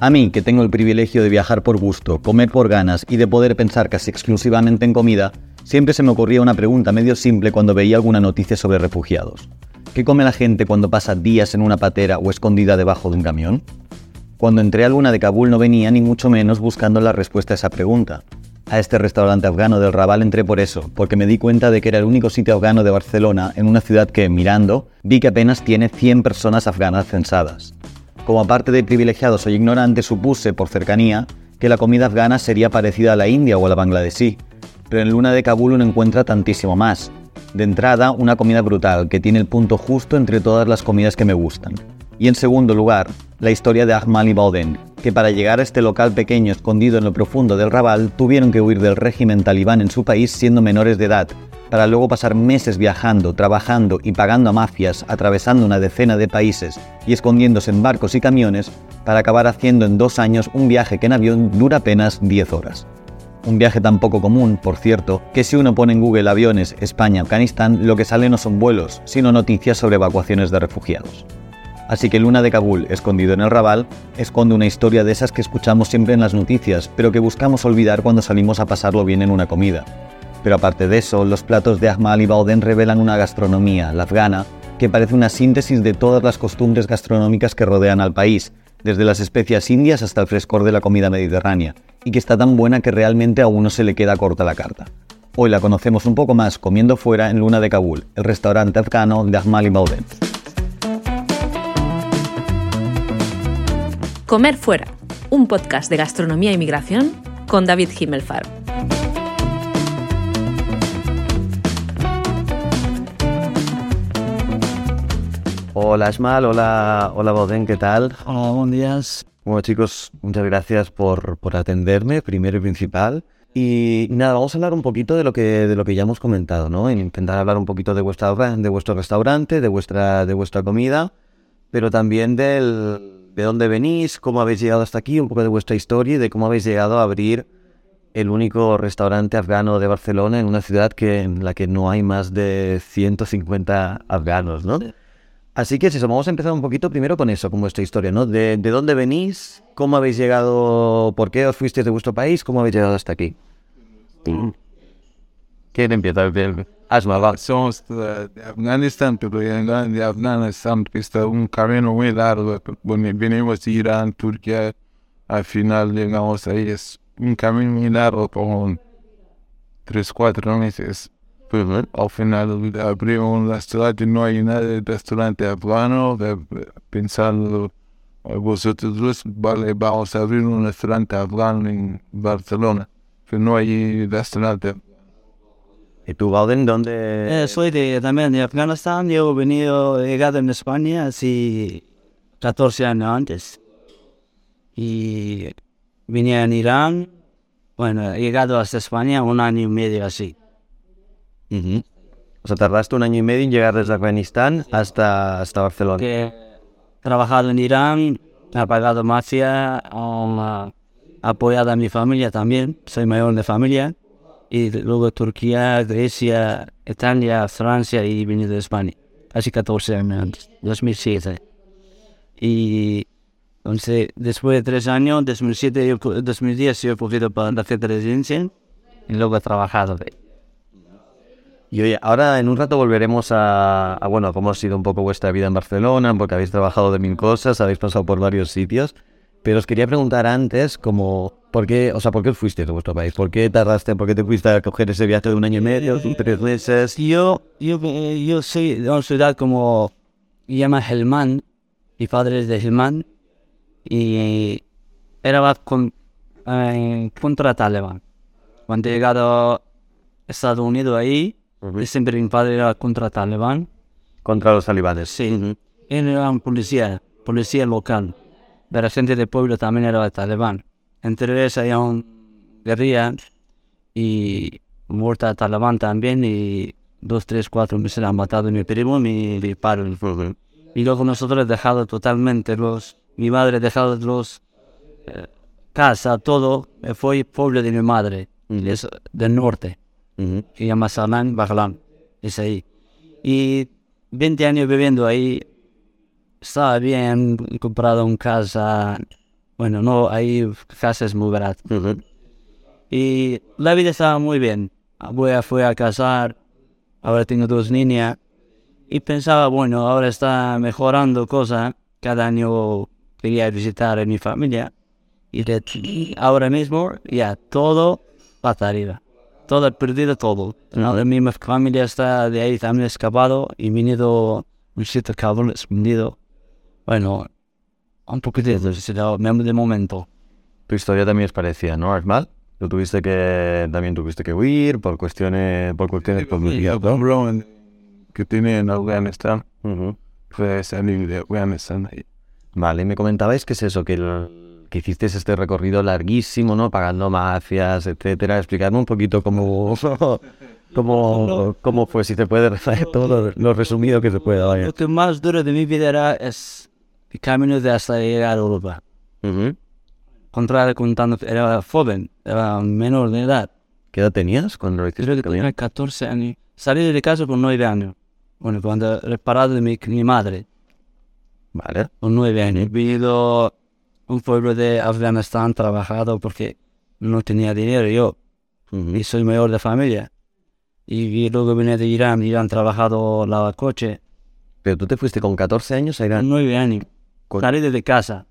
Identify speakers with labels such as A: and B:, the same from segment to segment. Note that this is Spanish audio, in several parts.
A: A mí, que tengo el privilegio de viajar por gusto, comer por ganas y de poder pensar casi exclusivamente en comida, siempre se me ocurría una pregunta medio simple cuando veía alguna noticia sobre refugiados. ¿Qué come la gente cuando pasa días en una patera o escondida debajo de un camión? Cuando entré a alguna de Kabul no venía ni mucho menos buscando la respuesta a esa pregunta. A este restaurante afgano del Raval entré por eso, porque me di cuenta de que era el único sitio afgano de Barcelona en una ciudad que, mirando, vi que apenas tiene 100 personas afganas censadas. Como aparte de privilegiados o ignorantes, supuse, por cercanía, que la comida afgana sería parecida a la india o a la bangladesí, pero en Luna de Kabul uno encuentra tantísimo más. De entrada, una comida brutal que tiene el punto justo entre todas las comidas que me gustan. Y en segundo lugar, la historia de Ahmad Bauden, que para llegar a este local pequeño escondido en lo profundo del Raval tuvieron que huir del régimen talibán en su país siendo menores de edad, para luego pasar meses viajando, trabajando y pagando a mafias, atravesando una decena de países y escondiéndose en barcos y camiones, para acabar haciendo en dos años un viaje que en avión dura apenas 10 horas. Un viaje tan poco común, por cierto, que si uno pone en Google aviones España-Afganistán, lo que sale no son vuelos, sino noticias sobre evacuaciones de refugiados. Así que Luna de Kabul, escondido en el Raval, esconde una historia de esas que escuchamos siempre en las noticias, pero que buscamos olvidar cuando salimos a pasarlo bien en una comida. Pero aparte de eso, los platos de Ahmad y Bauden revelan una gastronomía, la afgana, que parece una síntesis de todas las costumbres gastronómicas que rodean al país, desde las especias indias hasta el frescor de la comida mediterránea, y que está tan buena que realmente a uno se le queda corta la carta. Hoy la conocemos un poco más comiendo fuera en Luna de Kabul, el restaurante afgano de Ahmad y Bauden.
B: Comer Fuera, un podcast de gastronomía y migración con David Himmelfarb.
C: Hola Esmal, hola, hola Bauden, ¿qué tal?
D: Hola, buenos días.
C: Bueno chicos, muchas gracias por, por atenderme, primero y principal. Y nada, vamos a hablar un poquito de lo que, de lo que ya hemos comentado, ¿no? Intentar hablar un poquito de, vuestra, de vuestro restaurante, de vuestra, de vuestra comida, pero también del, de dónde venís, cómo habéis llegado hasta aquí, un poco de vuestra historia y de cómo habéis llegado a abrir el único restaurante afgano de Barcelona en una ciudad que, en la que no hay más de 150 afganos, ¿no? Así que es eso, vamos a empezar un poquito primero con eso, con vuestra historia, ¿no? De, de dónde venís, cómo habéis llegado, por qué os fuisteis de vuestro país, cómo habéis llegado hasta aquí.
E: ¿Quién empieza?
C: Asma, va.
E: Somos eh, de, de Afganistán, pero en la- de Afganistán está un camino muy largo. Bueno, venimos de Irán, Turquía, al final llegamos ahí. Es un camino muy largo, con tres, cuatro meses. Pero al final abrimos un restaurante, no hay nada de restaurante afgano. de- Pensando eh, vosotros dos, vale, vamos a abrir un restaurante afgano en Barcelona. Pero no hay restaurante
C: ¿Y tú, Bauden, dónde...?
D: Eh, soy de, también de Afganistán, yo he venido, he llegado en España hace 14 años antes. Y vine en Irán, bueno, he llegado hasta España un año y medio así.
C: Ujú. O sea, tardaste un año y medio en llegar desde Afganistán hasta, hasta Barcelona.
D: que he trabajado en Irán, he pagado mafia, um, ah, he apoyado a mi familia también, soy mayor de familia, y de- luego Turquía, Grecia, Italia, Francia y he venido de España, casi 14 años antes, 2007. Y entonces, después de tres años, 2007, yo, co- 2010 yo he cogido para hacer residencia y luego he trabajado. de-
C: Y oye, ahora en un rato volveremos a, a, bueno, cómo ha sido un poco vuestra vida en Barcelona, porque habéis trabajado de mil cosas, habéis pasado por varios sitios. Pero os quería preguntar antes, como, ¿por qué, o sea, por qué os fuisteis de vuestro país? ¿Por qué tardaste, por qué te fuiste a coger ese viaje de un año y medio, tres meses?
D: yo, yo, eh, yo soy de una ciudad como llama Helmand, mi padre es de Helmand, y era con, eh, contra talibán. Cuando he llegado a Estados Unidos ahí, siempre mi padre era contra talibán.
C: Contra los talibanes.
D: Sí, él era un policía, policía local. Pero la gente del pueblo también era talibán. Entre ellos había un guerrilla y muerta talibán también y dos, tres, cuatro meses han matado a mi primo y mi, mi padre. Y luego nosotros dejado totalmente los, mi madre dejado los, eh, casa, todo, me fue al pueblo de mi madre, es del norte
C: Ujú.
D: que llama Salán Baglam, es ahí. Y 20 años viviendo ahí, estaba bien, he comprado una casa, Bueno, no, hay casas muy baratas. Y la vida estaba muy bien. Abuela fue a casar, ahora tengo dos niñas. Y pensaba, bueno, ahora está mejorando cosa. Cada año quería visitar a mi familia. Y de- y ahora mismo ya todo pata arriba. Todo perdido, todo. ¿no? Mi familia está de ahí también escapado y venido un sitio cabrón escondido. Bueno, un poquito de, de, de momento.
A: Tu historia también es parecida, ¿no, Armal? Lo tuviste que, también tuviste que huir por cuestiones, Eh, por cuestiones
C: pues,
A: políticas, ¿no?
E: Bro, en- que tiene en Afganistán,
A: Ujú.
E: fue salir de Afganistán. y-
A: Vale, y me comentabais que es eso, que, el- que hiciste este recorrido larguísimo, ¿no? Pagando mafias, etcétera. Explicarme un poquito cómo, cómo, cómo fue, si se puede, Rafael, todo lo, lo resumido que se pueda, vaya.
D: Lo que más duro de mi vida era es el camino de hasta llegar a Europa.
A: Ujú.
D: Contrario con tanto, era joven, era menor de edad.
A: ¿Qué edad tenías cuando lo hiciste?
D: Creo que tenía 14 años. Salí de casa con 9 años. Bueno, cuando reparado de mi, mi madre,
A: Vale.
D: con 9 años. He ido a un pueblo de Afganistán trabajado porque no tenía dinero yo.
A: Ujú.
D: y soy mayor de familia. Y, y luego vine de Irán, Irán trabajado lavacoche.
A: Pero tú te fuiste con 14 años a Irán.
D: nueve años.
A: Co-
D: Salí desde casa.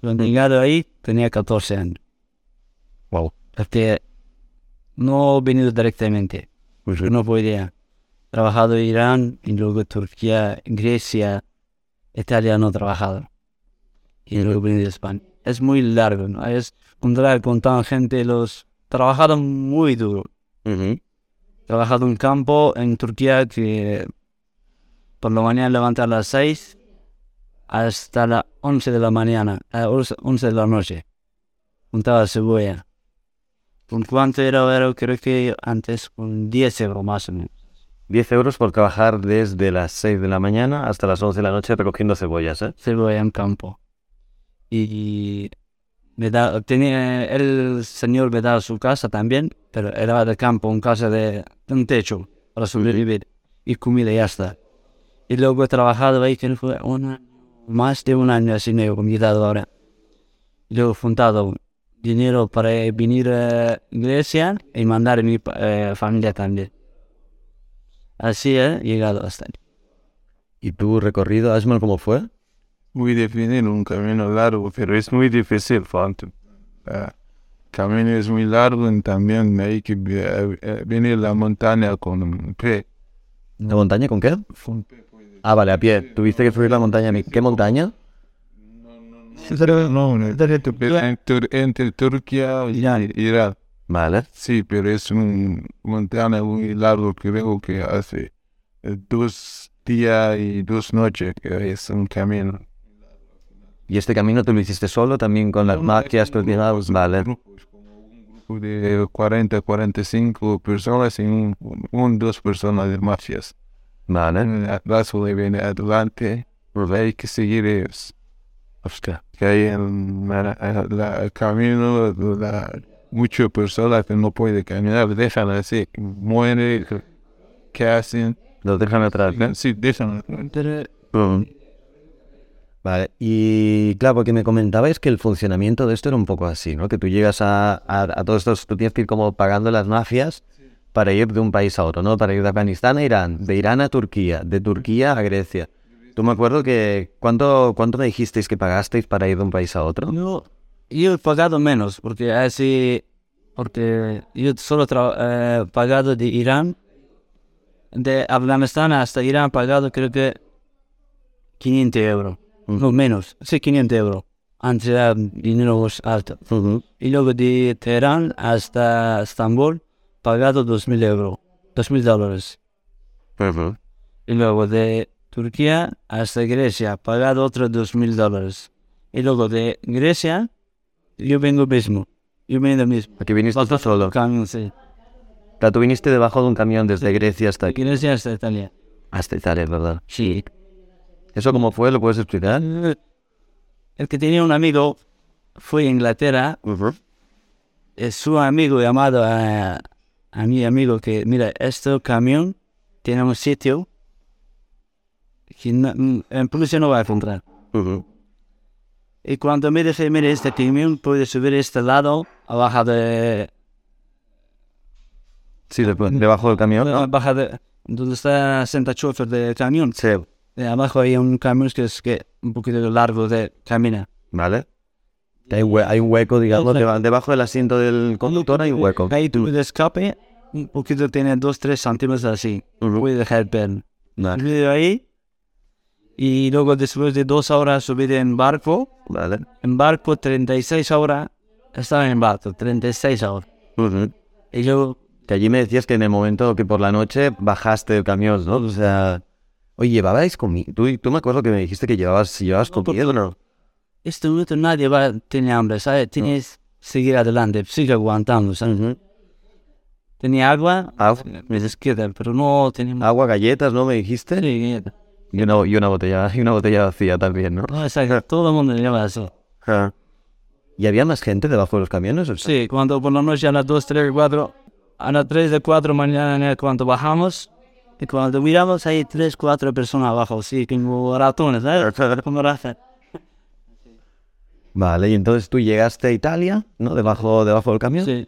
D: Cuando llegado ahí tenía 14 años.
A: Wow.
D: Porque no he venido directamente. porque No podía. Trabajado en Irán y luego Turquía, Grecia, Italia no he trabajado. Y luego vine de España. Es muy largo, ¿no? Es contrario con tanta gente, los trabajaron muy duro.
A: Ujú.
D: trabajado en campo en Turquía que por la mañana levanta a las 6 hasta las 11 de la mañana, a las 11 de la noche. Juntaba cebolla. ¿Con cuánto era? Era, creo que antes con 10 euros más o menos.
A: 10 euros por trabajar desde las 6 de la mañana hasta las 11 de la noche recogiendo cebollas, ¿eh?
D: Cebolla en campo. Y me da, tenía, el señor me daba su casa también, pero era de campo, un casa de, de un techo para sobrevivir. Y comida y ya está. Y luego he trabajado ahí, que fue una, más de un año sin he dado ahora. Y luego he juntado dinero para venir a Grecia y mandar a mi pa- eh, familia también. Así he llegado hasta aquí.
A: ¿Y tu recorrido, Asmal, cómo fue?
E: Muy difícil, un camino largo, pero es muy difícil, Phantom. El camino es muy largo y también hay que vi- eh, eh, venir la montaña con un pie.
A: ¿La montaña con qué? Ah, vale, a pie. Tuviste que subir la montaña. ¿Qué montaña?
E: No, entre, entre Turquía y Irán.
A: Vale.
E: Sí, pero es un montaña muy largo, creo que hace eh, dos días y dos noches que es un camino.
A: ¿Y este camino tú lo hiciste solo también con las mafias coordinadas? Vale.
E: de 40, 45 personas y un, un, dos personas de mafias.
A: Vale.
E: Eh, Las que viene adelante, pero hay que seguir ellos.
A: Hostia.
E: Que hay en la- la- el camino, la, muchas personas que no pueden caminar, dejan así, mueren, ¿qué hacen?
A: Lo dejan atrás, ¿no?
E: Sí, dejan atrás.
A: Mm. Vale, y claro, porque me comentabais que el funcionamiento de esto era un poco así, ¿no? Que tú llegas a, a- a todos estos, tú tienes que ir como pagando las mafias para ir de un país a otro, ¿no? Para ir de Afganistán a Irán, de Irán a Turquía, de Turquía a Grecia. Tú me acuerdo que, ¿cuánto, cuánto me dijisteis que pagasteis para ir de un país a otro?
D: Yo, yo he pagado menos, porque así, porque yo solo he pagado de Irán, de Afganistán hasta Irán, pagado creo que 500 euros, no menos, sí, 500 euros, antes era dinero más alto.
A: Ujú.
D: Y luego de Teherán hasta Estambul, pagado 2.000 euros, 2.000 dólares. Y luego de Turquía hasta Grecia, pagado otros dos mil dólares. Y luego de Grecia, yo vengo mismo. Yo vengo mismo.
A: Aquí viniste tú solo.
D: Camión, sí.
A: O sea, tú viniste debajo de un camión desde Grecia hasta
D: De
A: aquí.
D: Grecia hasta Italia.
A: Hasta Italia, ¿verdad?
D: Sí.
A: ¿Eso cómo fue? ¿Lo puedes explicar?
D: El que tenía un amigo fue a Inglaterra. Es su amigo llamado a, a mi amigo que, mira, este camión tiene un sitio mm, que no, en Prusia no va a encontrar.
A: Ujú.
D: Eh, Y cuando me dije, mire, este camión puede subir este lado, abajo de...
A: Sí, después, debajo del camión, ¿no?
D: Abajo de... Donde está senta chofer del camión.
A: Sí,
D: De abajo hay un camión que es que un poquito largo de camina.
A: ¿vale? Que Hay, hue- hay un hueco, digamos,
D: Exacto.
A: deba- debajo del asiento del conductor
D: eh,
A: hay un hueco.
D: Ahí tú de escape, un poquito tiene 2-3 centímetros así. Puede dejar ver.
A: Vale,
D: Subir ahí. Y luego después de dos horas subir en barco.
A: vale.
D: En barco 36 horas. Estaba en barco, 36 horas.
A: Ujú.
D: Y yo,
A: Que allí me decías que en el momento que por la noche bajaste del camión, ¿no? O sea, oye, ¿llevabais comida? Tú, tú me acuerdo que me dijiste que llevabas, llevabas
D: No, por-
A: comida, ¿o ¿no?
D: este momento nadie va, tiene hambre, ¿sabes? Tienes que seguir adelante, sigue aguantando, ¿sabes? Tenía agua,
A: Agua.
D: me desqueda, pero no tenía
A: Agua, galletas, ¿no? Me dijiste.
D: agua.
A: Y una, y una botella, y una botella vacía también, ¿no?
D: No, exacto. Todo el mundo lleva eso.
A: Ja. ¿Y había más gente debajo de los camiones? o sea?
D: Ah. Sí, cuando por la noche a las 2, 3, 4, a las 3 de 4 mañana cuando bajamos, y cuando miramos hay 3, 4 personas abajo, sí, como ratones, ¿sabes? Como raza.
A: Vale, y entonces tú llegaste a Italia, ¿no? Debajo, debajo del camión.
D: Sí.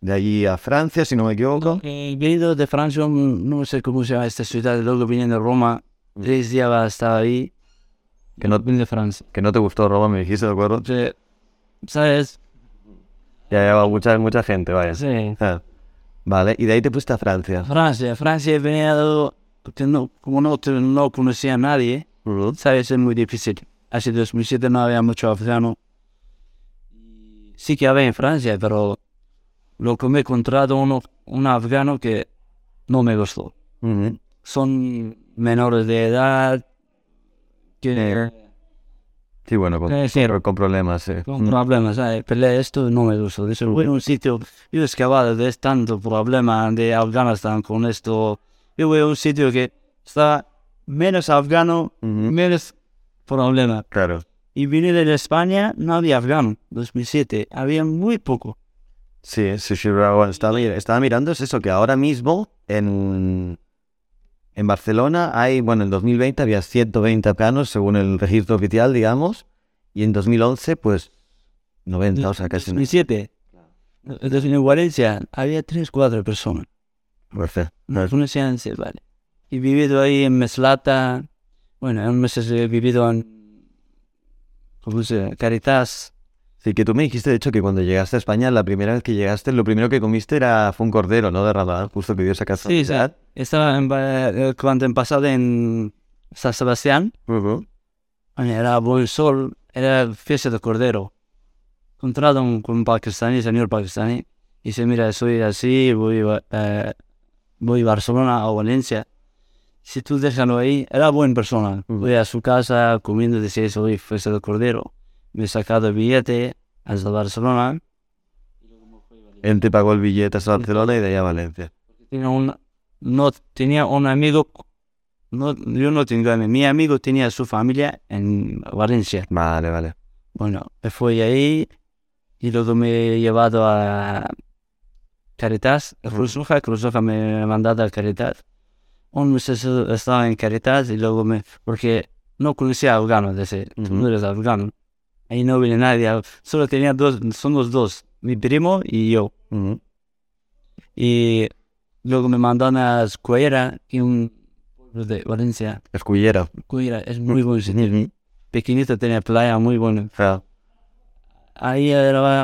A: De allí a Francia, si no me equivoco.
D: Y viniendo Eh, de Francia, mm, no sé cómo se llama esta ciudad, y luego viniendo de Roma, tres días estaba ahí,
A: Que no,
D: vine de Francia.
A: que no te gustó Roma, me dijiste, ¿de acuerdo?
D: Sí. ¿Sabes?
A: Ya llevaba mucha, mucha gente, vaya.
D: Sí.
A: Ja. Vale, y de ahí te fuiste a Francia.
D: Francia, Francia he venido, porque no, como no, no conocía a nadie,
A: Ujú.
D: ¿sabes? Es muy difícil. Hace 2007 no había mucho africano. Sí que había en Francia, pero lo que me he encontrado uno, un afgano que no me gustó.
A: Ujú.
D: Son menores de edad, que
A: Sí, bueno, con,
D: Eh, sí.
A: con problemas, sí.
D: con problemas, ¿sabes? Pelea esto no me gustó. Dice, bueno, Mm. un sitio, yo he excavado de tanto problema de Afganistán con esto. Yo voy a un sitio que está menos afgano,
A: Ujú.
D: menos problema.
A: Claro.
D: y vine de España, no había afgano, 2007, había muy poco.
A: Sí, sí, sí, bravo. Estaba, mi- estaba mirando, es eso, que ahora mismo en, en Barcelona hay, bueno, en 2020 había 120 afganos, según el registro oficial, digamos, y en 2011, pues, 90, o sea, casi no.
D: 2007. Entonces en Valencia había 3, 4 personas.
A: Perfecto.
D: No conocían, sí, vale. Y he vivido ahí en Meslata, bueno, en meses he vivido en, ¿cómo se llama? Caritas.
A: Sí, que tú me dijiste, de hecho, que cuando llegaste a España, la primera vez que llegaste, lo primero que comiste era, fue un cordero, ¿no? De Ramadán, justo que dio esa casa.
D: Sí, sí. Estaba en, Ba- eh, cuando en pasado en San Sebastián, era buen sol, era fiesta de cordero. Contrataron con un pakistaní, señor pakistaní, y dice, mira, soy así, voy, a- eh, voy a Barcelona o Valencia. Si tú déjalo ahí, era buena persona.
A: Mm.
D: Voy a su casa comiendo, decía, soy fiesta de cordero. Me he sacado el billete hasta Barcelona.
A: Él te pagó el billete a Barcelona y de ahí a Valencia.
D: Tenía un, no, tenía un amigo, no, yo no tengo amigo, mi amigo tenía su familia en Valencia.
A: Vale, vale.
D: Bueno, me fui ahí y luego me he llevado a Caritas, Cruz Roja, Cruz Roja me ha mandado a Caritas. Un mes eso- estaba en Caritas y luego me... porque no conocía afgano, decía, tú no eres afgano. Ahí no vine nadie, solo tenía dos, somos dos, mi primo y yo.
A: Ujú.
D: Y luego me mandaron a Escuera, que es un pueblo de Valencia.
A: Escullera.
D: Escuera es muy buen sitio. Pequeñito, tenía playa muy buena.
A: Ja.
D: Ahí era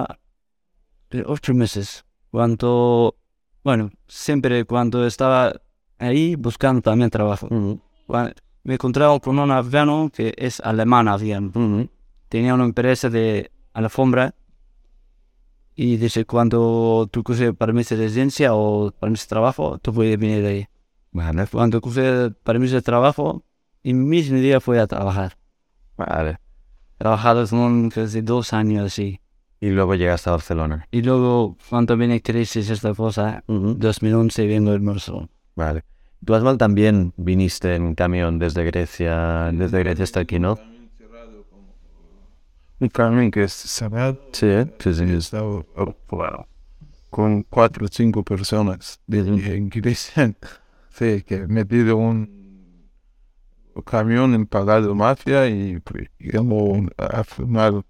D: de ocho meses. Cuando, bueno, siempre cuando estaba ahí buscando también trabajo.
A: Ujú.
D: Cua- Me encontraba con un afgano que es alemán afgano.
A: Ujú.
D: Tenía una empresa de alfombra. Y dice, cuando tú coges permiso de residencia o permiso de trabajo, tú puedes venir de ahí.
A: Vale.
D: Cuando coges permiso de trabajo, el mismo día fui a trabajar.
A: Vale.
D: He trabajado como casi dos años así.
A: Y luego llegaste a Barcelona.
D: Y luego, cuando viene crisis, esta cosa, 2011 vengo el Barcelona.
A: Vale. Tú, Asmal, también viniste en camión desde Grecia, desde Grecia hasta aquí, ¿no?
E: Un camión que es cerrado.
A: Sí, sí,
E: y
A: sí.
E: estaba oh, wow, con cuatro o cinco personas de Grecia. Sí, que he metido un, camión en pagado mafia y pues, llegamos a firmar.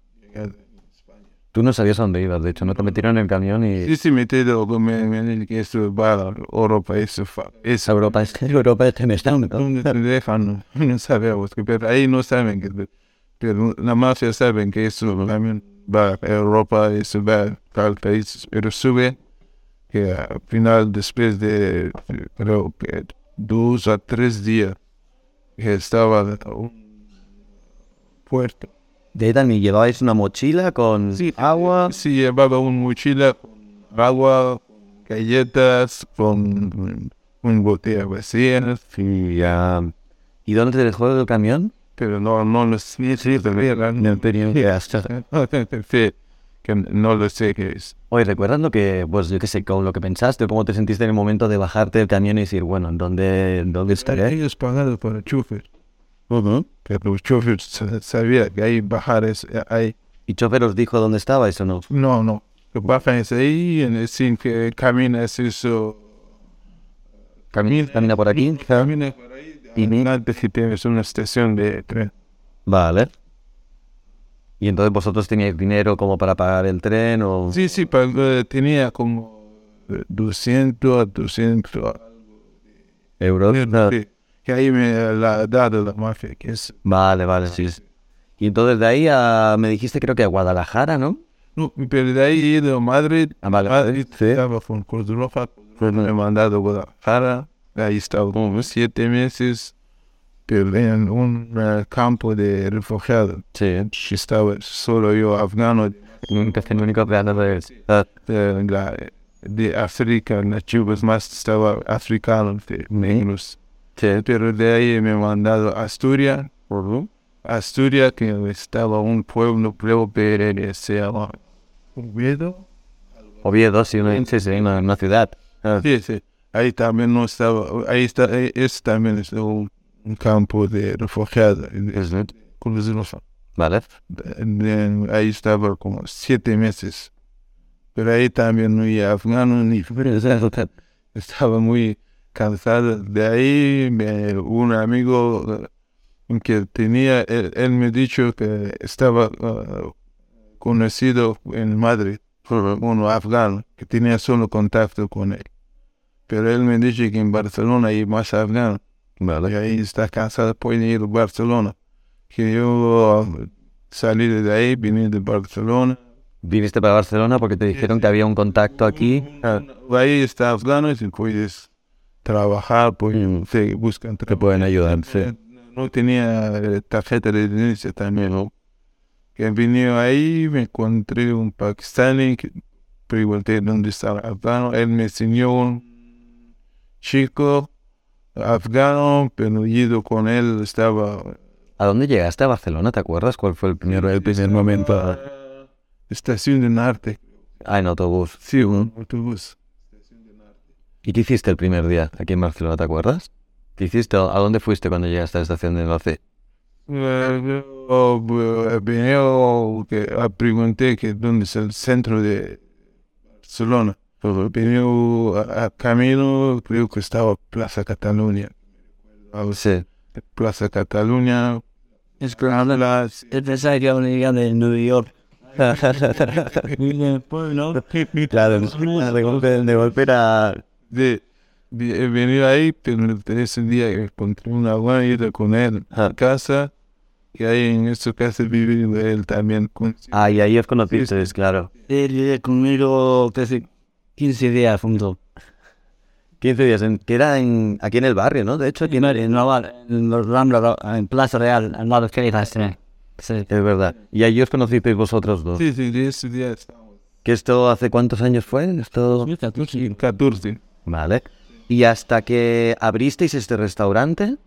A: Tú no sabías a dónde ibas, de hecho, no te metieron en el camión y...
E: Sí, sí, metido con mi que eso para Europa, eso fa-
A: Esa Europa, es Europa este me está...
E: No te dejan, no sabemos, que- pero ahí no saben que, pero la mafia saben que eso también va a Europa, eso va a tal país, pero sube, que al final después de, creo que dos a tres días, que estaba un puerto.
A: De Edan, ¿y llevabais una mochila con agua?
E: Sí, llevaba una mochila con agua, galletas, con un botella vacía,
A: Sí, ya. ¿Y dónde te dejó el camión?
E: pero no, no lo sé, sí,
A: el periodo.
E: Sí, que no lo sé qué es.
A: Oye, ¿recuerdas lo que, pues yo qué sé, con lo que pensaste o cómo te sentiste en el momento de bajarte del camión y decir, bueno, ¿dónde, dónde estaré?
E: Ellos pagaron por el chofer, pero el chofer sa- sabía que hay bajares eh, ahí.
A: ¿Y chofer os dijo dónde estabais o no?
E: No, no, que bajan es ahí en el sin que caminas eso. Camina,
A: Camina por aquí.
E: camina por ahí.
A: Y ve-
E: Adelante si tienes una estación de tren.
A: Vale. ¿Y entonces vosotros teníais dinero como para pagar el tren o...?
E: Sí, sí, pero, eh, tenía como eh, 200 a 200
A: ¿Euros? No.
E: Sí, que ahí me la ha dado la mafia, que es
A: Vale, vale, sí. sí. Y entonces de ahí a, me dijiste creo que a Guadalajara, ¿no?
E: No, pero de ahí he ido a Madrid.
A: A Madrid,
E: Madrid
A: sí.
E: estaba con Cruz Roja. Me he mandado a Guadalajara. Ahí estaba como siete meses. Pero en un eh, campo de refugiados.
A: Sí.
E: Estaba solo yo afgano
A: Nunca el único plano de...
E: de, la- de África. En las chubas más estaba africano, de negros.
A: Sí.
E: Pero de ahí me he mandado a Asturias. Asturias, que estaba un pueblo creo que se llama Oviedo.
A: Oviedo, sí, una, sí, sí, una, una ciudad. Ah,
E: Sí, sí. Ahí también no estaba, ahí está, ahí es también es un, un campo de refugiados, de-
A: sí.
E: con los inofa-
A: Vale.
E: de- de- Ahí estaba como siete meses. Pero ahí también no había afgano ni estaba muy cansado. De ahí me- un amigo eh, que tenía, él, él me dicho que estaba eh, conocido en Madrid, uno afgano, que tenía solo contacto con él. Pero él me dice que en Barcelona hay más afganos. Y ahí está cansado, puede ir a Barcelona. Que yo eh, salí de ahí, vine de Barcelona.
A: Viniste para Barcelona porque te dijeron que había un contacto aquí. Ah,
E: Ahí está afgano y puedes trabajar, pues
A: Mm.
E: te buscan trabajo. Eh,
A: ayudar,
E: No tenía eh, tarjeta de residencia también, ¿no? Que venido ahí, me encontré un pakistaní, que pregunté dónde estaba afgano, él me enseñó un chico afgano, pero ido con él estaba...
A: ¿A dónde llegaste a Barcelona? ¿Te acuerdas cuál fue el primer, el primer momento?
E: Ah, Estación de Norte,
A: Ah, en autobús.
E: sí, un autobús.
A: ¿Y qué hiciste el primer día aquí en Barcelona? ¿Te acuerdas? ¿Qué hiciste? ¿A dónde fuiste cuando llegaste a la estación de enlace?
E: Eh, yo, eh, Veo que ah, pregunté que dónde es el centro de Barcelona. Veo a, a camino, creo que estaba Plaza Cataluña. Ah, o sea,
A: Sí.
E: Plaza Cataluña,
D: Es que habla-
E: las-
D: él pensaba que aún iba de Nueva York. Y del pueblo.
A: Claro, de golpe, de golpe era...
E: de, de- he venido ahí, pero ese día encontré una buena ida con él
A: Ah.
E: a casa. Y ahí en esa casa vivió él también. Con,
A: Ah, y ahí os conocisteis, claro.
D: Él vive conmigo casi 15 días juntos.
A: 15 días, en- que era en, aquí en el barrio, ¿no? De hecho, aquí en,
D: En Navarra, en los Rambla, en Plaza Real, al lado de este. la Sí.
A: Es verdad. Y ahí os conocisteis vosotros dos.
E: sí, sí, de ese día estamos.
A: ¿Que esto hace cuántos años fue? Esto...
D: 2014.
E: 14.
A: Vale. Y hasta que abristeis este restaurante,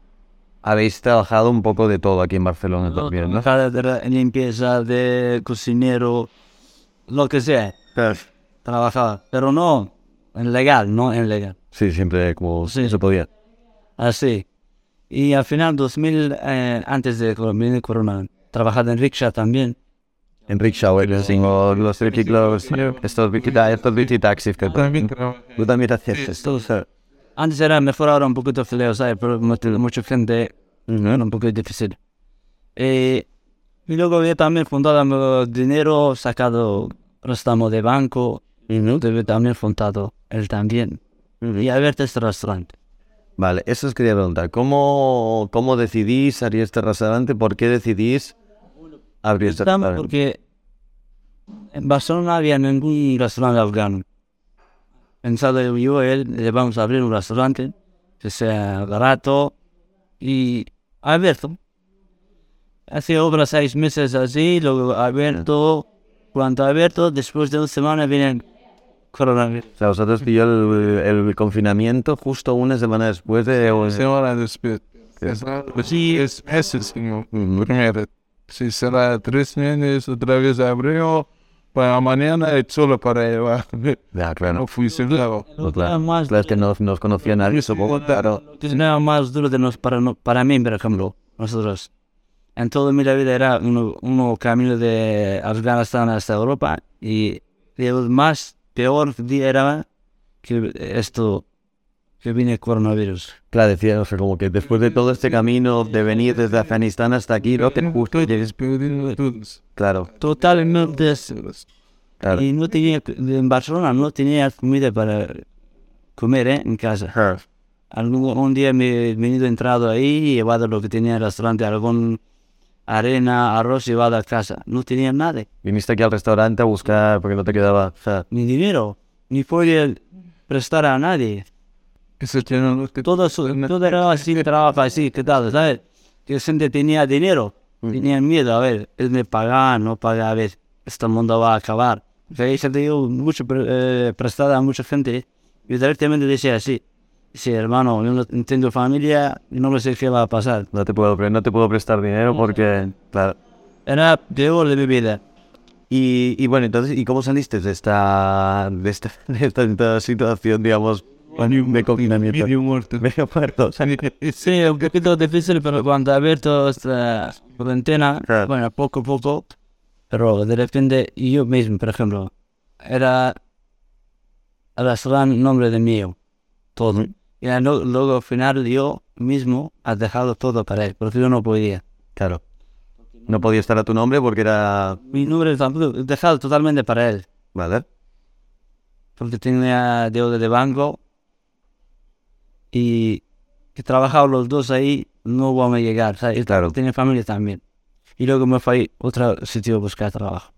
A: habéis trabajado un poco de todo aquí en Barcelona también, ¿no?
D: Trabajaba de la- limpieza, de cocinero, lo que sea. Trabajaba, pero no en legal, no en legal.
A: Oh, Sí, siempre como
D: Sí.
A: se podía.
D: Así. Y al final, 2000, eh, antes de cor- venir Corona, trabajaba en rickshaw también.
A: En rickshaw, eh, sí, o los triciclos, estos bici- estos bici taxis que
E: También trabajé.
A: tú también hacías esto, o sea,
D: Antes era mejor ahora un poquito feo, ¿sabes? Pero mu- mucha gente No era un poco difícil. Eh, y luego había también fundado eh, dinero, sacado préstamo de banco. Tuve también fundado él también. Y abierto este restaurante.
A: Vale, eso os quería preguntar. ¿Cómo, cómo decidís abrir este restaurante? ¿Por qué decidís abrir este
D: Estamos
A: restaurante?
D: porque en Barcelona había ningún restaurante afgano. Pensado yo, él, le vamos a abrir un restaurante que sea barato y abierto. Hace obra seis meses así, luego abierto. Cuando abierto, después de una semana viene el coronavirus.
A: O sea, vosotros pilló el, el confinamiento justo una semana después de...
E: Semana después. Es algo-
D: Sí.
E: Es meses, señor. Primero. Si será tres meses, otra vez abrió. Para mañana es solo para llevar.
A: Ya,
E: No
A: claro.
E: funcionó.
A: No, Pues claro. Claro, es que no, no os conocía nadie, supongo. Claro.
D: Es nada más duro de nos, para, no- para mí, por ejemplo, nosotros. En toda mi vida era uno, uno camino de Afganistán hasta Europa y el más peor día era que esto, que viene el coronavirus.
A: Claro, decía, o sea, como que después de todo este camino de venir desde Afganistán hasta aquí, ¿no? Que justo llegues...
E: Perdiendo todos.
A: Claro,
D: Totalmente. es-
A: claro.
D: Y no tenía, en Barcelona no tenía comida para comer ¿eh? en casa. Algún un día me he venido entrado ahí y llevado lo que tenía en el restaurante, algún arena, arroz llevado a casa. No tenía nada,
A: Viniste aquí al restaurante a buscar porque no te quedaba... o sea,
D: ni dinero, ni podía prestar a nadie.
E: Eso tiene los que
D: Todo, eso- todo era así, trabajo así, ¿qué tal? ¿Sabes? Que gente tenía dinero, tenía miedo, a ver, él me paga, no paga, a ver, este mundo va a acabar. O sea, yo dio mucho pre- eh, prestada a mucha gente y directamente decía así, sí, hermano, yo no tengo familia y no sé qué va a pasar.
A: no te puedo, pre- no te puedo prestar dinero porque... Claro.
D: Era peor de mi vida.
A: Y, y bueno, entonces, ¿y cómo saliste de esta, de esta, de esta, de esta situación, digamos, de confinamiento?
E: Medio muerto.
A: Medio muerto, o sea,
D: Sí, un poquito difícil, pero cuando abierto esta cuarentena,
A: Claro.
D: bueno, poco a poco, pero de repente yo mismo, por ejemplo, era el restaurante nombre de mío, todo. Y al- luego al final yo mismo ha dejado todo para él, porque yo no podía.
A: Claro. No podía estar a tu nombre porque era...
D: Mi nombre tampoco, he dejado totalmente para él,
A: Vale.
D: porque tenía deuda de banco y que trabajaba los dos ahí, no vamos a llegar, ¿sabes?
A: Claro.
D: Tenía familia también. Y luego me fui a otro sitio a buscar trabajo.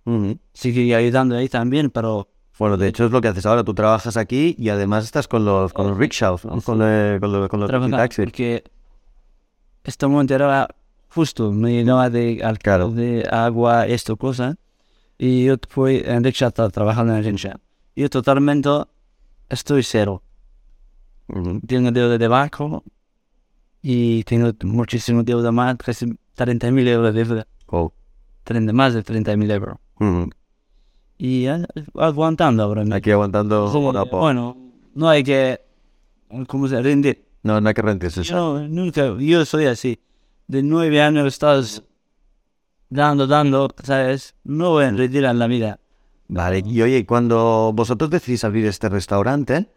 D: Seguí ayudando ahí también, pero
A: Bueno, de hecho es lo que haces ahora. Tú trabajas aquí y además estás con los, con los rickshaws, ¿no? con, eh, con los, con los
D: trabajar,
A: taxis.
D: porque este momento era justo, me llenaba de, al-
A: Claro.
D: de agua, esto, cosa. Y yo fui en rickshaw, tra- trabajando en rickshaw. Yo totalmente estoy cero.
A: Ujú.
D: Tengo deuda de banco y tengo muchísimo deuda más, casi 30 mil euros de deuda,
A: Cool.
D: 30 más de 30 mil euros.
A: Oh. Ujú.
D: Y eh, aguantando ahora mismo.
A: Aquí aguantando
D: Sí,
A: una po-
D: Bueno, no hay que ¿cómo se rendir.
A: No, no hay que rendirse. eso.
D: Yo nunca, yo soy así. De nueve años estás dando, dando, ¿sabes? No voy a rendir en la vida.
A: Vale, y oye, cuando vosotros decidís abrir este restaurante,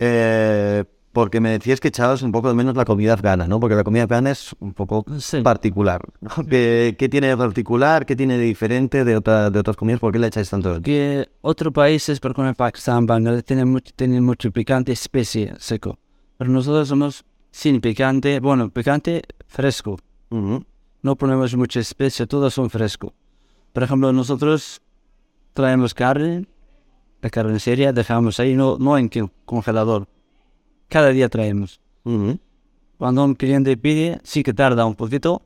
A: eh, porque me decías que echabas un poco de menos la comida afgana, ¿no? Porque la comida afgana es un poco
D: Sí.
A: particular. ¿no? ¿Qué, qué tiene de particular? ¿Qué tiene de diferente de, otra- de otras comidas? ¿Por qué le echáis tanto? de-
D: Que otros países, por ejemplo, Pakistán, Bangladesh, tienen mucho, tienen mucho picante, especie, seco. Pero nosotros somos sin picante, bueno, picante fresco.
A: Ujú.
D: no ponemos mucha especia, todas son fresco. Por ejemplo, nosotros traemos carne, la carne seria, dejamos ahí, no, no en el congelador. Cada día traemos.
A: Ujú.
D: Cuando un cliente pide, sí que tarda un poquito,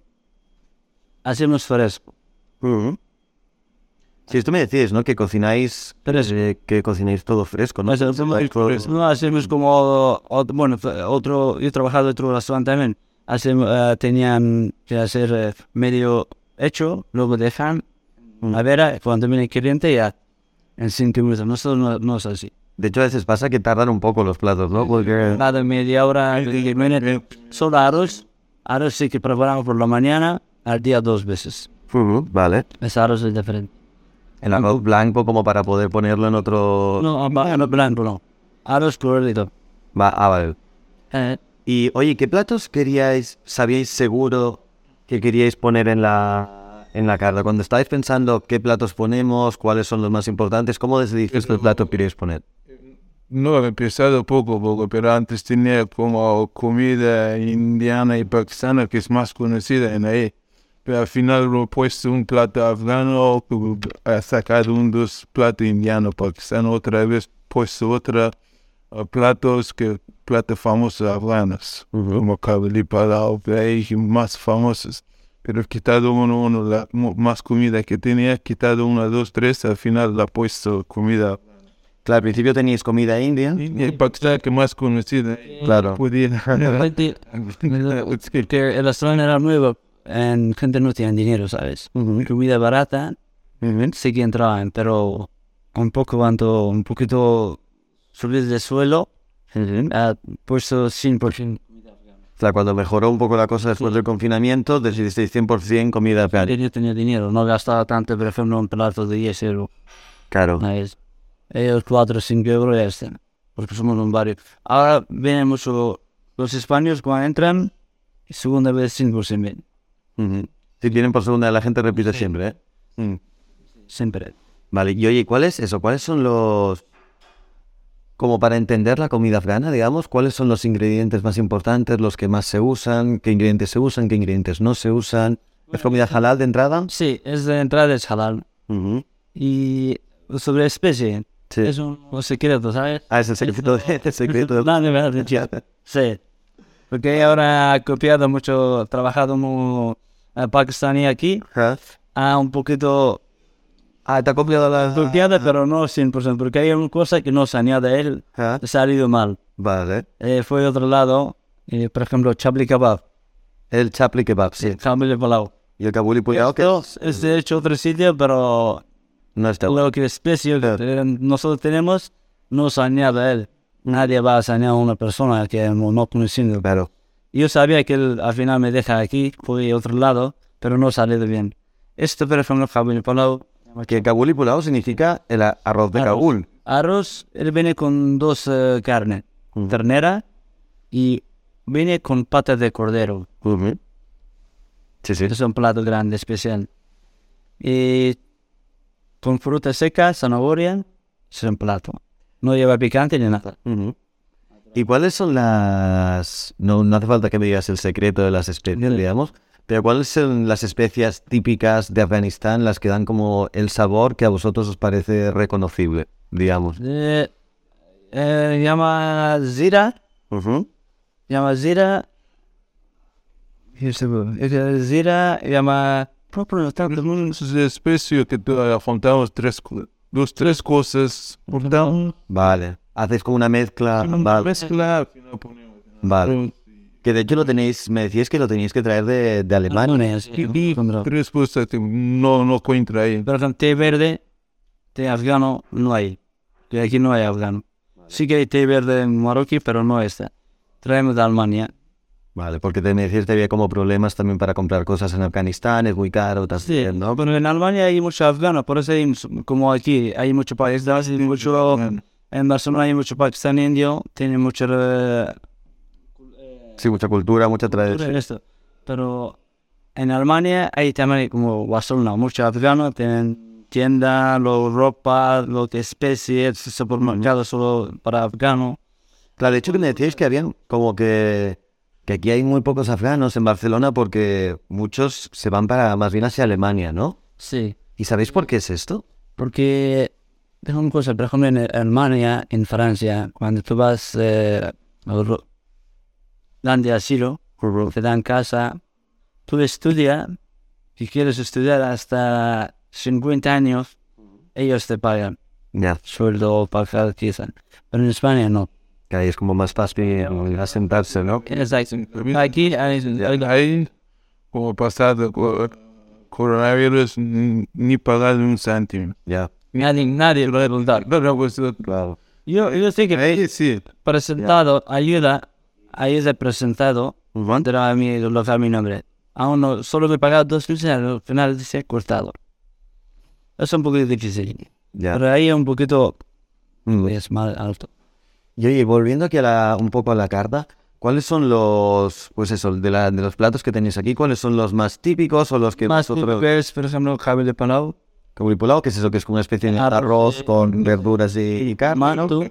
D: hacemos fresco.
A: Ujú. Si esto me decís, ¿no? Que cocináis,
D: Fresco.
A: eh, que cocináis todo fresco, ¿no?
D: O sea, hacemos-
A: Cocináis todo-
D: no hacemos como, ot- bueno, fue otro, yo he trabajado en otro em restaurante también. Hacemos, eh, tenían que hacer eh, medio hecho, luego dejan. A ver, eh, cuando viene el cliente ya en cinco minutos. Nosotros no, no es así.
A: De hecho, a veces pasa que tardan un poco los platos, ¿no? Porque...
D: Nada, media hora, 20 minutos. Solo arroz. Arroz sí que preparamos por la mañana, al día dos veces.
A: Ujú, Vale.
D: Ese arroz es diferente.
A: El arroz blanco como para poder ponerlo en otro...
D: No, ah, blanco no. Arroz colorido.
A: Va- ah, vale.
D: Eh,
A: Y oye, ¿qué platos queríais, sabíais seguro que queríais poner en la, en la carta? Cuando estáis pensando qué platos ponemos, cuáles son los más importantes, ¿cómo decidís qué plato queréis poner?
E: No, he empezado poco a poco, pero antes tenía como comida indiana y pakistana que es más conocida en ahí. Pero al final lo he puesto un plato afgano, he sacado un dos platos indiano, pakistano, otra vez puesto otra eh, platos que platos famosos afganos, como kabili palau, y más famosos. Pero he quitado uno, uno, la mo- más comida que tenía, he quitado una, dos, tres, al final la he puesto comida
A: Claro, al principio teníis comida india.
E: India y Pakistán que é más conocida.
A: Claro.
E: Podía.
D: Aparte, que el restaurante era nuevo, en gente no tenía dinero, ¿sabes? Comida barata, sí que entraban, pero un poco cuanto, un poquito subir del suelo,
A: Ujú.
D: ah, puesto 100%
A: O sea, cuando mejoró un poco la cosa después del confinamiento, decidisteis 100% comida afgana.
D: Yo tenía dinero, no gastaba tanto, por ejemplo, un plato de 10 euros.
A: Claro.
D: ¿sabes? Ellos 4 o 5 euros ya están, porque somos un barrio. Ahora vienen mucho los españoles cuando entran, segunda vez 100% bien,
A: Ujú. Si vienen por segunda, la gente repite siempre, ¿eh? Mm.
D: siempre.
A: Vale, y oye, ¿cuál es eso? ¿Cuáles son los... Como para entender la comida afgana, digamos, ¿cuáles son los ingredientes más importantes, los que más se usan, qué ingredientes se usan, qué ingredientes no se usan? ¿Es comida halal de entrada?
D: Sí, es de entrada es halal.
A: Ujú.
D: Y sobre especie,
A: Sí.
D: es un, un secreto, ¿sabes?
A: Ah, es el secreto, de- el secreto del-
D: No, de verdad, ya. Sí. Porque ahora ha copiado mucho, ha trabajado muy eh, pakistaní aquí.
A: Ajá.
D: Ha un poquito
A: Ah, te ha copiado la...
D: copiado, pero no 100%, porque hay una cosa que no se añade él,
A: Ajá.
D: ha salido mal.
A: Vale.
D: Eh, fue a otro lado, eh, por ejemplo, Chabli Kebab.
A: El chapli kebab, sí.
D: Chabli Palau.
A: Y el kabuli pulao, que
D: Es de hecho otro sitio, pero
A: no está bueno.
D: lo que especie que
A: Claro.
D: te- nosotros tenemos no se añade a él. Nadie va a sanear a una persona que no, no conociendo.
A: Claro.
D: Yo sabía que él al final me deja aquí, fui a otro lado, pero no salió bien. Este, por ejemplo, Javier Palau,
A: Que kabuli pulao significa el a- arroz de
D: Arroz.
A: Kabul.
D: arroz, él viene con dos eh, carnes, ternera y viene con patas de cordero.
A: Ujú. Sí, sí.
D: Es un plato grande, especial. Y con fruta seca, zanahoria, es un plato. No lleva picante ni nada.
A: Ujú. ¿Y cuáles son las... No, no hace falta que me digas el secreto de las especias, digamos, pero cuáles son las especias típicas de Afganistán, las que dan como el sabor que a vosotros os parece reconocible, digamos?
D: Eh, eh, llama Zira. Llama Zira. Yo sé, eh, Zira llama. Propio no tanto.
E: Es el espacio que eh, tú- afrontamos tres, co- dos, tres cosas, juntamos
A: Vale. Hacéis como una mezcla...
E: una
A: Vale.
E: mezcla, al final ponemos-
A: vale. Que de hecho lo tenéis... Me decías que lo teníais que traer de, de Alemania.
D: Lunes, eh, cuando-
E: tres cosas que no, no encuentra ahí.
D: Pero con té verde, té afgano no hay. Que aquí no hay afgano. Sí que hay té verde en Marroquí, pero no este. Traemos de Alemania.
A: Vale, porque te me decías que había como problemas también para comprar cosas en Afganistán, es muy caro, tal,
D: Sí,
A: ¿no?
D: pero en Alemania hay muchos afganos, por eso hay, mus- como aquí hay mucho países, hay mucho, en Barcelona hay mucho pakistán indio, tiene mucho eh,
A: Sí, mucha cultura, mucha tradición.
D: esto. Pero en Alemania hay también como Barcelona, muchos afganos tienen tienda, lo ropa, lo que especie, supermercado solo para afganos.
A: Claro, de hecho que me decíais que habían como que, que aquí hay muy pocos afganos en Barcelona porque muchos se van para más bien hacia Alemania, ¿no?
D: Sí.
A: ¿Y sabéis por qué es esto?
D: Porque, déjame una cosa, por ejemplo, en Alemania, en Francia, cuando tú vas eh, a Ro- dan de asilo, te dan casa, tú estudias, si quieres estudiar hasta 50 años, ellos te pagan
A: Ya,
D: sueldo, pagar quizás. Pero en España no.
A: que ahí es como más fácil asentarse, ¿no?
D: Exacto. Aquí hay,
E: Ahí, como pasado co- coronavirus, ni ni pagar um un céntimo.
A: Ya,
D: nadie, nadie lo va a preguntar.
E: No, no, pues, eh,
A: claro.
D: Yo, yo sé que
E: ahí sí.
D: presentado, ayuda, ayuda presentado, era mi, lo que era mi nombre. Aún no, solo me pagaba dos meses, al final dice cortado. Es un poquito difícil,
A: Ya.
D: pero ahí un poquito
A: Mm.
D: es más alto.
A: Y oye, volviendo aquí a la- un poco a la carta, ¿Cuáles son los, pues eso, de, la- de los platos que tenéis aquí? ¿Cuáles son los más típicos o los que
D: Más
A: vosotros-
D: ves, por ejemplo, cabe de palau,
A: Como el pulao, que es eso, que es como una especie de
D: Arroz,
A: arroz
D: eh,
A: con verduras y, y carne.
D: manto,
A: ¿no?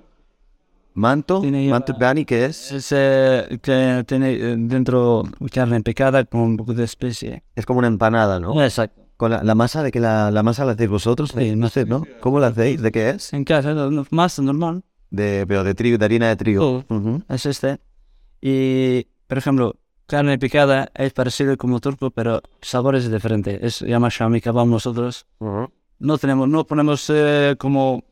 A: Manto,
D: Tiene-
A: manto brani, que es,
D: es, eh, que tiene eh, dentro carne picada con un poco de especie.
A: es como una empanada, ¿no?
D: Exacto.
A: Con la, la masa, ¿de que la, la masa la hacéis vosotros?
D: Eh. Sí,
A: no sé, ¿no? ¿Cómo la hacéis? ¿De qué es?
D: En casa, no- no- más normal.
A: De, pero de trigo, de harina de trigo. Ujú.
D: es este. Y, por ejemplo, carne picada es parecido como turco, pero el sabor es diferente. Es llama shami kebab nosotros. No tenemos, no ponemos eh, como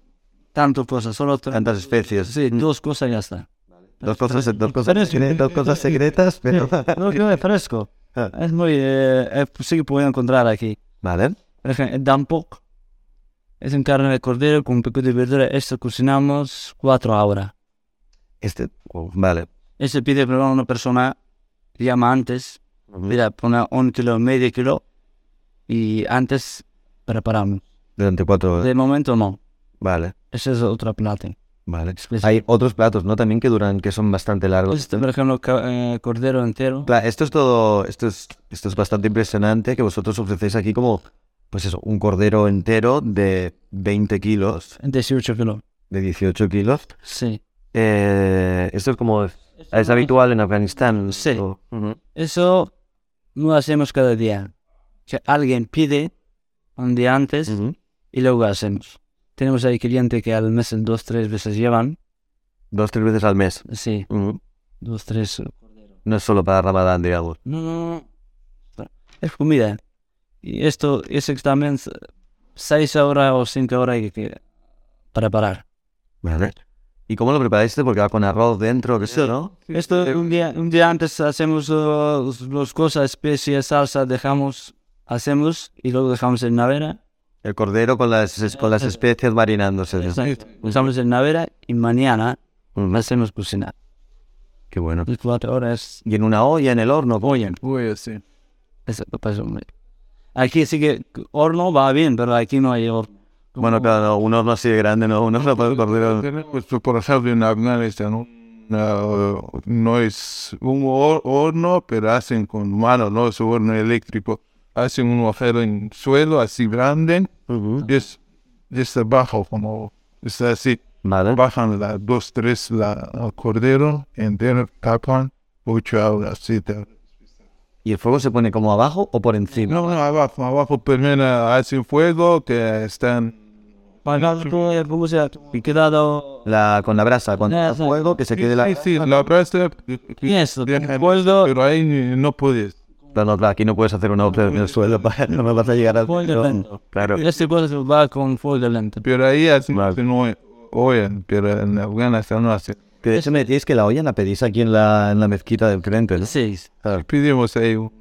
D: tanto cosas, solo tre-
A: Tantas especies.
D: sí, dos cosas y ya está.
A: mm. Dos cosas, eh, dos cosas, dos cosas secretas, pero...
D: No, no, es fresco.
A: Ah.
D: Es muy, eh, eh, sí que puedo encontrar aquí.
A: Vale.
D: Por ejemplo, el dampok es en carne de cordero con un poco de verdura. Esto cocinamos cuatro horas.
A: Este, vale.
D: Ese pide perdón a una persona, llama antes, mira, pone un kilo, medio kilo, y antes preparamos.
A: Durante cuatro horas.
D: De momento no,
A: Vale,
D: esa es otra plata.
A: vale.
D: Especial.
A: Hay otros platos, ¿no? También que duran, que son bastante largos.
D: Este, por ejemplo, ca- eh, cordero entero.
A: Claro, esto es todo, esto es, esto es bastante impresionante que vosotros ofrecéis aquí como, pues eso, un cordero entero de 20 kilos,
D: 18 kilos,
A: de 18 kilos.
D: sí.
A: Eh, esto es como, es habitual en Afganistán.
D: Sí.
A: o- Ujú.
D: Eso lo hacemos cada día. Que alguien pide un día antes
A: Ujú.
D: y luego hacemos. Tenemos ahí clientes que al mes dos, tres veces llevan.
A: Dos, tres veces al mes.
D: Sí,
A: Ujú.
D: dos, tres. eh,
A: No es solo para Ramadán, digamos.
D: No, no, no. Es comida. Y esto es también s- seis horas o cinco horas que- que preparar.
A: Vale. ¿Y cómo lo preparáis? este? Porque va con arroz dentro, que sé, ¿no?
D: Esto un día, un día antes hacemos uh, los- las cosas, especias, salsa, dejamos, hacemos y luego dejamos en nevera.
A: El cordero con las, con las especies marinándose. ¿no?
D: Exacto. Dejamos en nevera y mañana
A: Mm,
D: hacemos cocinar.
A: Qué bueno.
D: Y Cuatro horas.
A: Y en una olla, en el horno, oye.
E: Uy, sí.
D: Eso, pues, hombre. Aquí sí que horno va bien, pero aquí no hay horno.
A: Bueno, claro, no, un horno así de grande, ¿no? Un horno para el cordero.
E: Tenemos, pues, por ejemplo, en Afganistán, un- una, eh, no es un hor- horno, pero hacen con mano, no es un horno eléctrico. Hacen un agujero en suelo así grande,
A: Ujú.
E: y es, y es abajo, como está así.
A: Vale.
E: Bajan las dos, tres, la, el cordero, entero, tapan, ocho horas, siete horas.
A: ¿Y el fuego se pone como abajo o por encima?
E: No, no, abajo, abajo primero hacen fuego, que están
D: Y quedado
A: La, con la brasa, con el
D: Exacto.
A: fuego, que se quede la...
E: Sí, sí, la brasa.
D: Eso,
E: dejan-
D: recuerdo-
E: Pero ahí no puedes.
A: Claro, no, claro, aquí no puedes hacer una obra en el suelo, para, no me vas a llegar al...
D: Fuego lento.
A: Claro.
D: Este cuadro va con fuego lento.
E: Pero ahí hacen
A: Vale.
E: no oyen, pero en Afganistán no hacen.
A: Que de hecho me decís que la olla la pedís aquí en la, en la mezquita del frente, ¿no?
D: Sí,
A: Claro,
E: Pedimos ahí una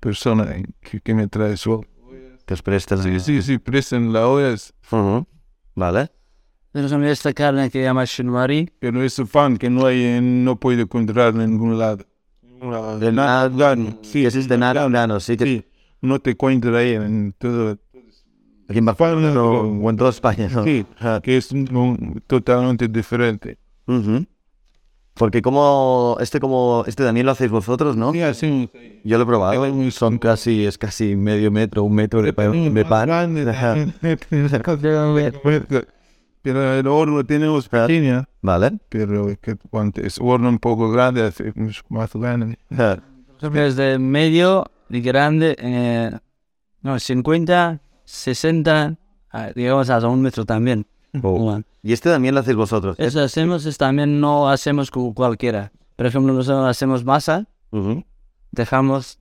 E: persona que, que me trae su.
A: que os prestas.
E: Sí, sí, sí, prestan la olla, es-
A: Ujú. Vale.
D: Tenemos también esta carne que se llama shinwari.
E: pero es pan que no hay, en- no puede encontrar en ningún lado. Una-
A: Del na-
E: na- grano,
A: Ah, Sí, ese es de nada, nada, sí. Que,
E: Sí, no te encuentra ahí en todo.
A: Aquí en Barcelona
E: Fuego.
A: o en toda España, ¿no?
E: Sí, que es un- un- totalmente diferente.
A: Ujú. Porque como este como este Daniel lo hacéis vosotros, ¿no?
E: Sí, hacen
A: Yo lo he probado. Son casi es casi medio metro, un metro de, pa- de pan. Ajá.
E: Pero el horno tenemos pequeña,
A: Vale.
E: pero que cuando es horno un poco grande, es mucho más grande.
A: Ajá.
D: Es de medio y grande. eh, no, 50, 60, ah, digamos hasta un metro también.
A: Oh.
D: Bueno,
A: Y este también lo hacéis vosotros.
D: Eso hacemos, es también no hacemos como cualquiera. Por ejemplo, nosotros hacemos masa,
A: Ujú.
D: dejamos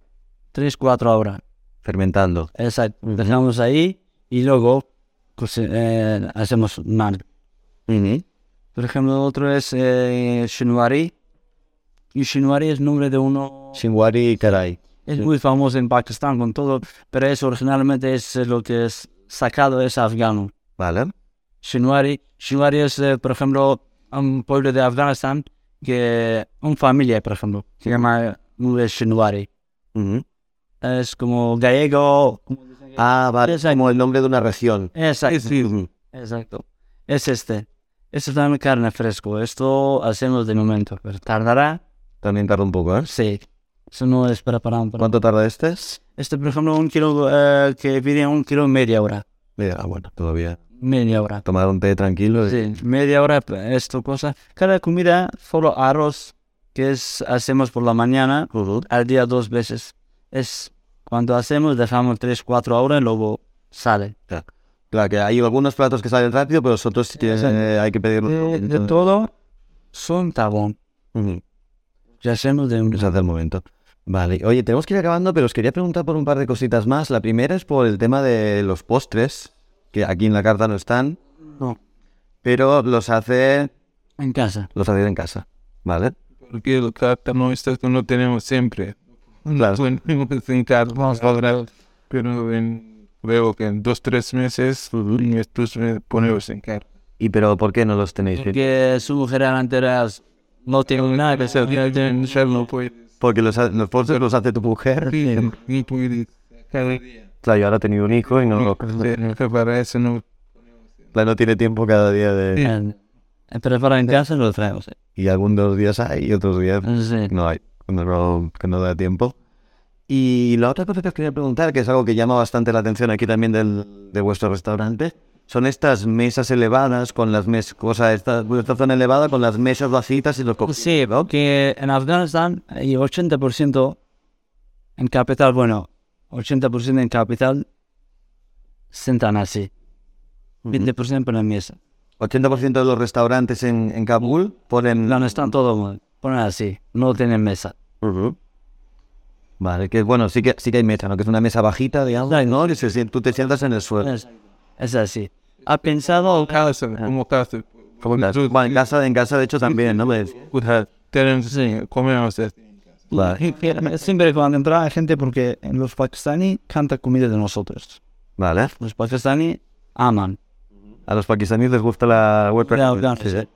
D: 3, 4 horas.
A: Fermentando.
D: Exacto. Dejamos ahí y luego coce- eh, hacemos mal.
A: Ujú.
D: Por ejemplo, otro es eh, Shinwari. Y Shinwari es nombre de uno.
A: Shinwari Karai.
D: Es muy famoso en Pakistán con todo, pero eso originalmente es eh, lo que es sacado es afgano.
A: Vale.
D: Shinwari. Shinwari es, eh, por ejemplo, un pueblo de Afganistán que. Una familia, por ejemplo, se llama eh, Shinwari.
A: Ujú.
D: Es como gallego.
A: Ah, vale.
D: Exacto.
A: Como el nombre de una región.
D: Exacto.
A: Ujú.
D: Exacto. Es este. Esto también carne fresco. Esto hacemos de momento, pero tardará
A: También tarda un poco, ¿eh?
D: Sí. Eso no es preparado. para-
A: ¿Cuánto tarda este?
D: Este, por ejemplo, un kilo eh, que pide un kilo media hora.
A: Mira, ah, bueno, todavía.
D: Media hora.
A: Tomar un té tranquilo. y-
D: Sí, media hora pa- esto cosa. Cada comida, solo arroz, que es, hacemos por la mañana, al día dos veces. Es cuando hacemos, dejamos tres, cuatro horas y luego sale.
A: Claro, que hay algunos platos que salen rápido, pero los otros sí que, eh, hay que pedirlos.
D: De, de todo, son tabón.
A: Ujú.
D: Ya hacemos de un...
A: Es hasta el momento. Vale, oye, tenemos que ir acabando, pero os quería preguntar por un par de cositas más. La primera es por el tema de los postres, que aquí en la carta no están,
D: No,
A: pero los hace,
D: en casa.
A: los hace en casa, ¿vale?
E: Porque la carta no está, no tenemos siempre.
A: Claro.
E: Tenemos en cartas ahora, pero en, veo que en dos, tres meses, estos eh, ponemos en carta.
A: ¿Y pero por qué no los tenéis?
D: Porque su mujer antes no tiene nada que hacer.
E: Ya, ya, ya no puedes.
A: Porque los, ha- los postres los hace tu mujer.
E: Sí, no puedes. Cada día.
A: Claro, yo ahora he tenido un hijo y no,
E: No,
A: lo-
E: que para eso no.
A: claro, no tiene tiempo cada día de...
D: En- en Preparar Eh, en casa lo traemos.
A: Y algunos días hay y otros días
D: Sí.
A: no hay, no- no- que no da tiempo. Y la otra cosa que os quería preguntar, que es algo que llama bastante la atención aquí también del, de vuestro restaurante, son estas mesas elevadas con las mesas, o sea, esta, vuestra zona elevada con las mesas vacías y los co-
D: Sí, porque en Afganistán hay 80% en capital, bueno, 80% en capital sentan así. 20% para la mesa.
A: 80% de los restaurantes en, en Kabul ponen...
D: No, no están todos mal. Ponen así, no tienen mesa.
A: Ujú. Vale, que bueno, sí que, sí que hay mesa, ¿no? Que es una mesa bajita, digamos, ¿no? Que se sien- tú te sientas en el suelo.
D: Es, es así. ¿Ha pensado?
E: Casa, como casa.
A: Bueno, en casa, en casa de hecho también, ¿no? Pues,
E: Tenemos, comemos así.
A: Vale,
D: Siempre cuando entra hay gente, porque en los pakistaníes canta comida de nosotros.
A: vale.
D: Los pakistaníes aman.
A: A los pakistaníes les gusta la web.
D: Ya, ya, sí, sí.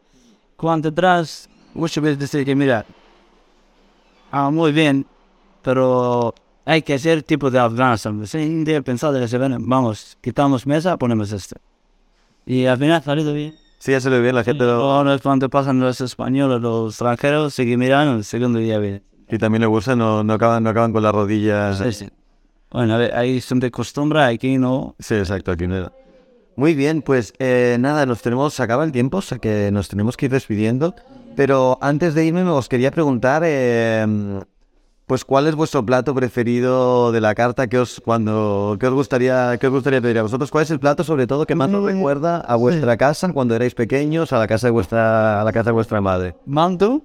D: Cuando entras, muchas veces dicen que mira, ah, muy bien, pero hay que hacer tipo de Afganistán. Sin de pensar de que se ven, vamos, quitamos mesa, ponemos este. Y al final ha salido bien.
A: Sí, ya se ve bien, la gente lo...
D: Ahora cuando pasan los españoles, los extranjeros, se miran el segundo día bien.
A: Y también le gusta, no, no, acaban, no acaban con las rodillas.
D: Sí, sí. Bueno, a ver, ahí son de costumbre, aquí no.
A: Sí, exacto, aquí no era. Muy bien, pues eh, nada, nos tenemos, se acaba el tiempo, o sea que nos tenemos que ir despidiendo. Pero antes de irme, os quería preguntar, eh, pues, ¿cuál es vuestro plato preferido de la carta? que os, cuando, que os, gustaría, que os gustaría pedir a vosotros? ¿Cuál es el plato, sobre todo, que más os recuerda a vuestra casa cuando erais pequeños, a la casa de vuestra, a la casa de vuestra madre?
D: Manto,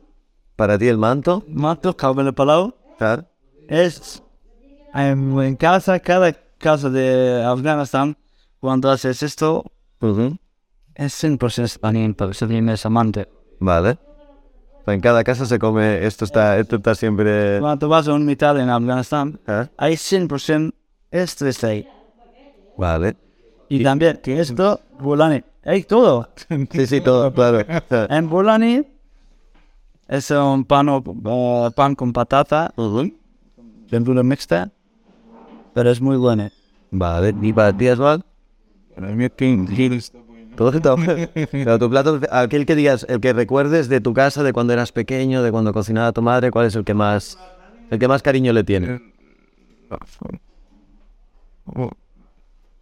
A: Para ti, el manto,
D: manto, cabello palao.
A: claro.
D: es em, en casa, cada casa de Afganistán, cuando haces esto,
A: Ujú.
D: es 100% español, porque se tiene esa amante.
A: Vale. O sea, En cada casa se come, esto está, esto está siempre...
D: Cuando vas a un mitad en Afganistán,
A: ¿eh?
D: hay 100% esto es ahí.
A: Vale.
D: Y también que esto, Bulani, hay todo.
A: Sí, sí, todo, claro.
D: En Bulani es un pan, o- o pan con patata, verdura mixta, pero es muy bueno.
A: Vale, ¿y para ti, Asbal?
E: Para mí, quien quiere está
A: Todo está bueno. Pero tu plato, aquel que digas, el que recuerdes de tu casa, de cuando eras pequeño, de cuando cocinaba tu madre, ¿cuál es el que más, el que más cariño le tiene?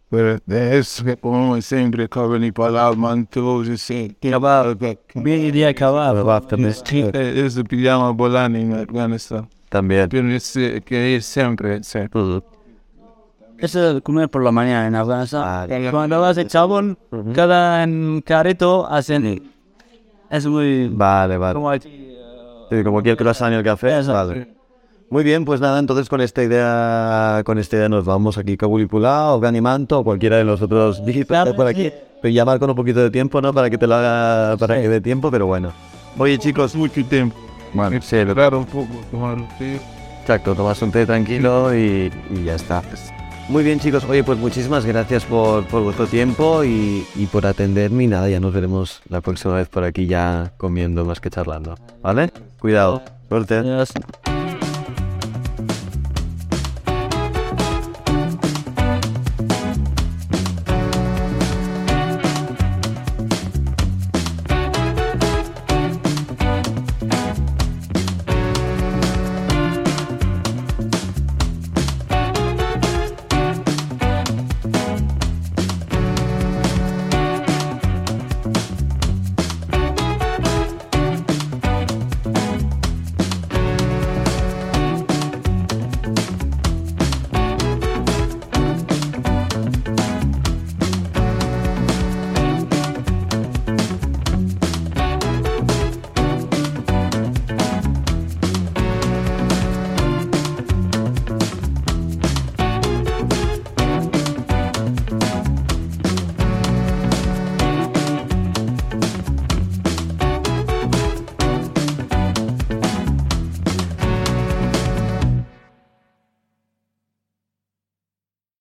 E: Pero es que comemos siempre carne para el manto, yo sé.
A: Kebab.
D: Bien idea
A: Kebab también.
E: Es el pijama bolani en Afganistán.
A: También.
E: Pero es eh, que es siempre, siempre.
D: Es el comer por la mañana en
A: Ah,
D: Afganistán. Cuando vas de chabón, cada en careto hacen. Es muy.
A: Vale, vale.
D: Como aquí.
A: Sí, como cualquier croissant y el café. Vale. Muy bien, pues nada, entonces con esta idea, con esta idea nos vamos aquí, Kabul y Pulao, Gani Manto, o cualquiera de nosotros por aquí. Pero llamar con un poquito de tiempo, ¿no? Para que te lo haga, para que dé tiempo, pero bueno. Oye, chicos,
E: Mucho tiempo.
A: Bueno, sí, lo-
E: Raro un poco tomar un té.
A: Exacto, tomas un té tranquilo y, y ya está. Muy bien chicos, oye pues muchísimas gracias por, por vuestro tiempo y, y por atenderme y nada, ya nos veremos la próxima vez por aquí ya comiendo más que charlando, ¿vale? Cuidado, suerte.
D: Yes.